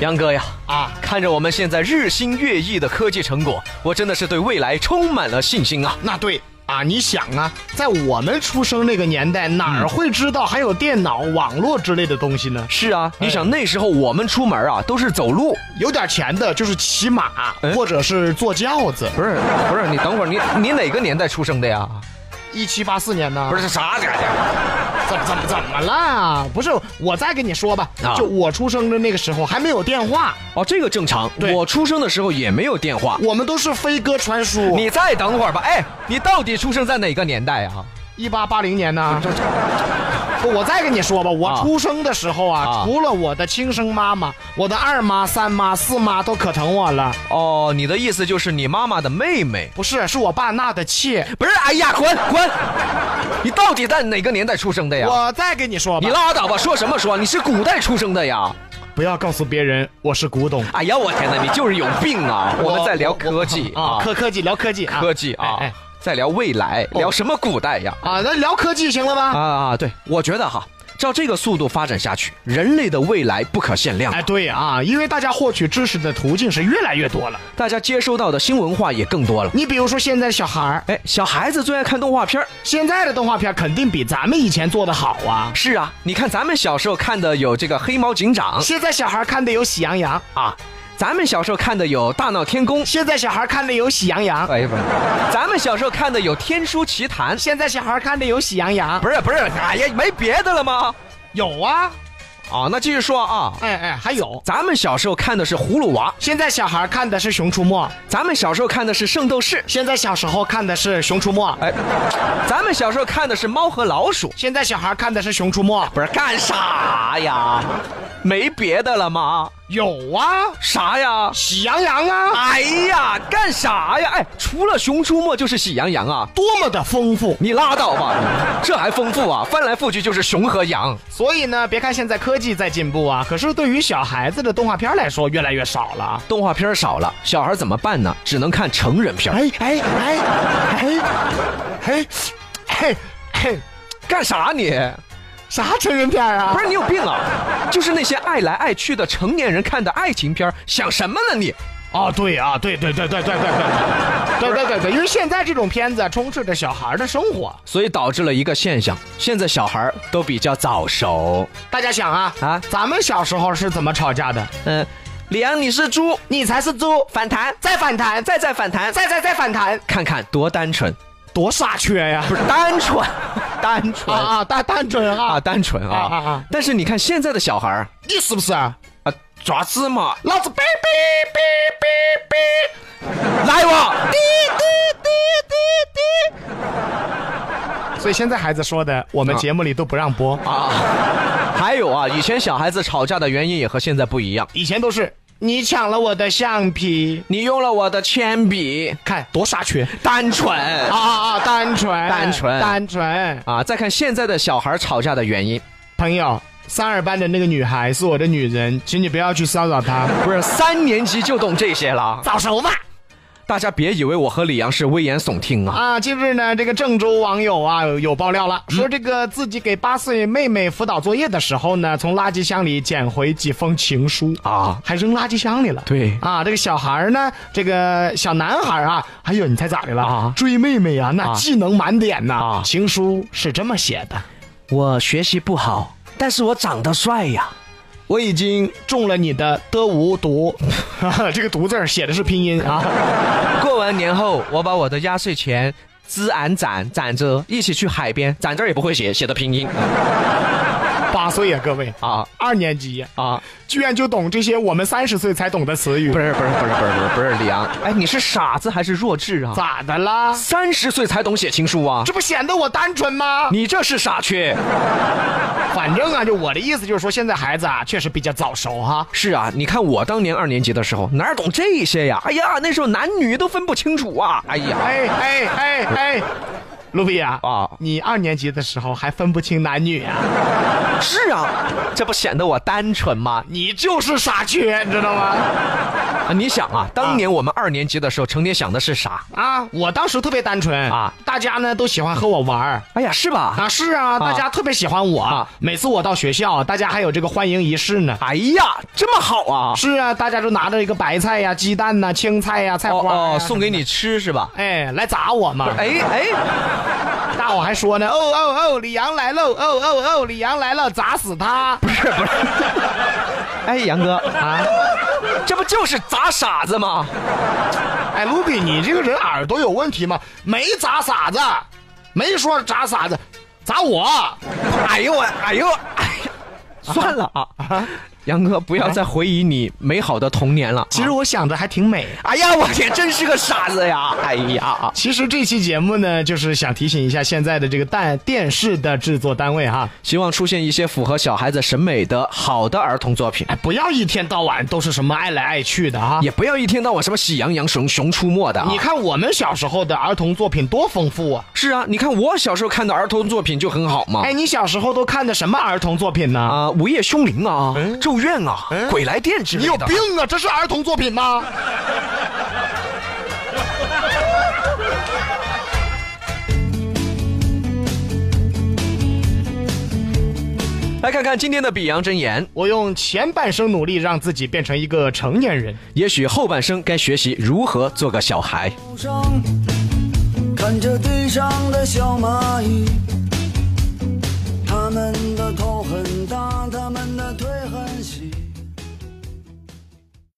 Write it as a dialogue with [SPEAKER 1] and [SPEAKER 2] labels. [SPEAKER 1] 杨哥呀，
[SPEAKER 2] 啊，
[SPEAKER 1] 看着我们现在日新月异的科技成果，我真的是对未来充满了信心啊！
[SPEAKER 2] 那对啊，你想啊，在我们出生那个年代，哪
[SPEAKER 1] 嗯
[SPEAKER 2] 儿会知道还有电脑、网络之类的东西呢？
[SPEAKER 1] 是啊，你想那时候我们出门啊都是走路，
[SPEAKER 2] 有点钱的就是骑马，
[SPEAKER 1] 哎
[SPEAKER 2] 或者是坐轿子。
[SPEAKER 1] 不是不是，你等会儿你你哪个年代出生的呀？
[SPEAKER 2] 一七八四年呢？
[SPEAKER 1] 不是啥家伙？
[SPEAKER 2] 怎怎么怎么了？不是，我再跟你说吧，
[SPEAKER 1] 啊
[SPEAKER 2] 就我出生的那个时候还没有电话，
[SPEAKER 1] 哦，这个正常。
[SPEAKER 2] 对
[SPEAKER 1] 我出生的时候也没有电话。
[SPEAKER 2] 我们都是飞鸽传书。
[SPEAKER 1] 你再等会儿吧。哎，你到底出生在哪个年代啊？
[SPEAKER 2] 一八八零年呢？不，我再跟你说吧，我
[SPEAKER 1] 啊
[SPEAKER 2] 出生的时候啊，
[SPEAKER 1] 啊
[SPEAKER 2] 除了我的亲生妈妈，我的二妈、三妈、四妈都可疼我了。
[SPEAKER 1] 哦，你的意思就是你妈妈的妹妹？
[SPEAKER 2] 不是，是我爸纳的气。
[SPEAKER 1] 不是，哎呀，滚滚！你到底在哪个年代出生的呀？
[SPEAKER 2] 我再跟你说吧，
[SPEAKER 1] 你拉倒吧，说什么说？你是古代出生的呀？
[SPEAKER 2] 不要告诉别人我是古董。
[SPEAKER 1] 哎呀，我天哪，你就是有病啊！我们在聊科技
[SPEAKER 2] 啊
[SPEAKER 1] 啊，，
[SPEAKER 2] 科科技聊科技啊，
[SPEAKER 1] 科技啊
[SPEAKER 2] 哎，哦
[SPEAKER 1] 在聊未来，聊什么古代呀？
[SPEAKER 2] 哎啊，那聊科技行了吧？
[SPEAKER 1] 啊啊，对，我觉得哈，照这个速度发展下去，人类的未来不可限量
[SPEAKER 2] 哎，，对啊，因为大家获取知识的途径是越来越多了。
[SPEAKER 1] 大家接收到的新文化也更多了。
[SPEAKER 2] 你比如说现在的小孩儿，
[SPEAKER 1] 哎，小孩子最爱看动画片儿。
[SPEAKER 2] 现在的动画片肯定比咱们以前做的好啊。
[SPEAKER 1] 是啊，你看咱们小时候看的有这个《黑猫警长》
[SPEAKER 2] 现在小孩看的有喜羊羊，
[SPEAKER 1] 啊，咱们小时候看的有《大闹天宫》。
[SPEAKER 2] 现在小孩看的有喜羊羊，
[SPEAKER 1] 哎呀，不是，咱们小时候看的有《天书奇谭》。
[SPEAKER 2] 现在小孩看的有喜羊羊，
[SPEAKER 1] 不是不是，哎呀，没别的了吗？
[SPEAKER 2] 有啊，
[SPEAKER 1] 啊，那继续说啊。
[SPEAKER 2] 哎哎，还有，
[SPEAKER 1] 咱们小时候看的是《葫芦娃
[SPEAKER 2] 现在小孩看的是《熊出没》，》，
[SPEAKER 1] 咱们小时候看的是《圣斗士》，
[SPEAKER 2] 现在小时候看的是《熊出没》，
[SPEAKER 1] 哎，咱们小时候看的是《猫和老鼠》，
[SPEAKER 2] 现在小孩看的是《熊出没》，
[SPEAKER 1] 不是干啥呀？没别的了吗？
[SPEAKER 2] 有啊，
[SPEAKER 1] 啥呀？
[SPEAKER 2] 喜羊羊啊，
[SPEAKER 1] 哎呀，干啥呀？哎，除了《熊出没》就是《喜羊羊》啊。
[SPEAKER 2] 多么的丰富！
[SPEAKER 1] 你拉倒吧，这还丰富啊！翻来覆去就是熊和羊。
[SPEAKER 2] 所以呢，别看现在科技在进步啊，可是对于小孩子的动画片来说，越来越少了。
[SPEAKER 1] 动画片少了，小孩怎么办呢？只能看成人片。
[SPEAKER 2] 哎哎哎哎哎哎哎，
[SPEAKER 1] 干啥你？
[SPEAKER 2] 啥成人片啊？
[SPEAKER 1] 不是你有病啊？就是那些爱来爱去的成年人看的爱情片，想什么呢你？
[SPEAKER 2] 哦，对啊，对对对对对对对，对对对对，因为现在这种片子充斥着小孩的生活。
[SPEAKER 1] 所以导致了一个现象，现在小孩儿都比较早熟。
[SPEAKER 2] 大家想啊
[SPEAKER 1] 啊
[SPEAKER 2] 啊，咱们小时候是怎么吵架的？
[SPEAKER 1] 嗯，李阳你是猪，
[SPEAKER 2] 你才是猪，
[SPEAKER 1] 反弹，
[SPEAKER 2] 再反弹，再
[SPEAKER 1] 再再反弹，
[SPEAKER 2] 再再再反弹，
[SPEAKER 1] 看看多单纯，
[SPEAKER 2] 多傻缺呀！
[SPEAKER 1] 不是单纯，单纯
[SPEAKER 2] 啊啊，单单纯
[SPEAKER 1] 啊，
[SPEAKER 2] 啊，
[SPEAKER 1] 单纯啊。
[SPEAKER 2] 啊啊啊
[SPEAKER 1] 但是你看现在的小孩儿
[SPEAKER 2] 你是不是？
[SPEAKER 1] 啊，爪子嘛，
[SPEAKER 2] 老子哔哔哔哔哔。
[SPEAKER 1] 来哇，
[SPEAKER 2] 所以现在孩子说的，我们节目里都不让播。啊
[SPEAKER 1] 还有啊，以前小孩子吵架的原因也和现在不一样。
[SPEAKER 2] 以前都是你抢了我的橡皮，
[SPEAKER 1] 你用了我的铅笔，
[SPEAKER 2] 看多傻缺
[SPEAKER 1] 单纯
[SPEAKER 2] 啊啊啊！单纯，
[SPEAKER 1] 单纯
[SPEAKER 2] 单纯。
[SPEAKER 1] 啊！再看现在的小孩吵架的原因，
[SPEAKER 2] 朋友，三二班的那个女孩是我的女人，请你不要去骚扰她。
[SPEAKER 1] 不是三年级就懂这些了。
[SPEAKER 2] 早熟吧。
[SPEAKER 1] 大家别以为我和李阳是危言耸听啊！
[SPEAKER 2] 啊，近日呢，这个郑州网友啊有有爆料了，说这个自己给八岁妹妹辅导作业的时候呢，从垃圾箱里捡回几封情书
[SPEAKER 1] 啊
[SPEAKER 2] 还扔垃圾箱里了。
[SPEAKER 1] 对
[SPEAKER 2] 啊，这个小孩儿呢，这个小男孩啊，哎呦，你猜咋的了？
[SPEAKER 1] 啊
[SPEAKER 2] 追妹妹啊，那技能满点呐、
[SPEAKER 1] 啊
[SPEAKER 2] 情书是这么写的：
[SPEAKER 1] 我学习不好，但是我长得帅呀。我已经
[SPEAKER 2] 中了你的的无毒， 这个毒字儿写的是拼音啊。
[SPEAKER 1] 过完年后，我把我的压岁钱孜然攒攒着，一起去海边。攒这也不会写，写的拼音
[SPEAKER 2] 八岁啊，各位，
[SPEAKER 1] 啊
[SPEAKER 2] 二年级呀
[SPEAKER 1] 啊！
[SPEAKER 2] 居然就懂这些我们三十岁才懂的词语，
[SPEAKER 1] 不是不是不是不是不是不是李阳，哎，你是傻子还是弱智啊？
[SPEAKER 2] 咋的啦？
[SPEAKER 1] 三十岁才懂写情书啊？
[SPEAKER 2] 这不显得我单纯吗？
[SPEAKER 1] 你这是傻缺。
[SPEAKER 2] 反正啊，就我的意思就是说，现在孩子啊，确实比较早熟哈。
[SPEAKER 1] 是啊，你看我当年二年级的时候，哪懂这些呀？哎呀，那时候男女都分不清楚啊！哎呀，
[SPEAKER 2] 哎哎哎哎，卢比啊，
[SPEAKER 1] 啊
[SPEAKER 2] 你二年级的时候还分不清男女啊？
[SPEAKER 1] 是啊，这不显得我单纯吗？
[SPEAKER 2] 你就是傻缺，你知道吗？
[SPEAKER 1] 啊你想啊，当年我们二年级的时候，成天想的是啥？
[SPEAKER 2] 啊，我当时特别单纯
[SPEAKER 1] 啊，
[SPEAKER 2] 大家呢都喜欢和我玩儿。
[SPEAKER 1] 哎呀，是吧？
[SPEAKER 2] 啊，是啊，大家特别喜欢我。
[SPEAKER 1] 啊
[SPEAKER 2] 每次我到学校，大家还有这个欢迎仪式呢。
[SPEAKER 1] 哎呀，这么好啊！
[SPEAKER 2] 是啊，大家就拿着一个白菜呀、鸡蛋呐、青菜呀、菜
[SPEAKER 1] 哦
[SPEAKER 2] 花、
[SPEAKER 1] 哦，送给。你吃是吧？
[SPEAKER 2] 哎，来砸我嘛！
[SPEAKER 1] 哎哎，
[SPEAKER 2] 大伙还说呢，哦哦哦，李阳来喽！哦哦哦，李阳来了，砸死他！
[SPEAKER 1] 不是不是，哎，杨哥啊，这不就是砸傻子吗？
[SPEAKER 2] 哎，卢比，你这个人耳朵有问题吗？没砸傻子，没说砸傻子，砸我！
[SPEAKER 1] 哎呦我，哎呦，哎呀， 算了啊，杨哥不要再回忆你美好的童年了。
[SPEAKER 2] 其实我想着还挺美。啊
[SPEAKER 1] 哎呀，我天，真是个傻子呀！哎呀，
[SPEAKER 2] 其实这期节目呢，就是想提醒一下现在的这个但电视的制作单位哈，
[SPEAKER 1] 希望出现一些符合小孩子审美的好的儿童作品，
[SPEAKER 2] 哎，不要一天到晚都是什么爱来爱去的哈。
[SPEAKER 1] 也不要一天到晚什么喜羊羊、熊熊出没的啊。
[SPEAKER 2] 你看我们小时候的儿童作品多丰富啊！
[SPEAKER 1] 是啊，你看我小时候看的儿童作品就很好嘛。
[SPEAKER 2] 哎，你小时候都看的什么儿童作品呢？
[SPEAKER 1] 啊，午夜凶铃啊，咒怨啊，鬼来电之类的。
[SPEAKER 2] 啊！这是儿童作品吗？
[SPEAKER 1] 来看看今天的比洋真言，
[SPEAKER 2] 我用前半生努力让自己变成一个成年人。
[SPEAKER 1] 也许后半生该学习如何做个小孩。
[SPEAKER 3] 上，看着地上的小蚂蚁，它们的头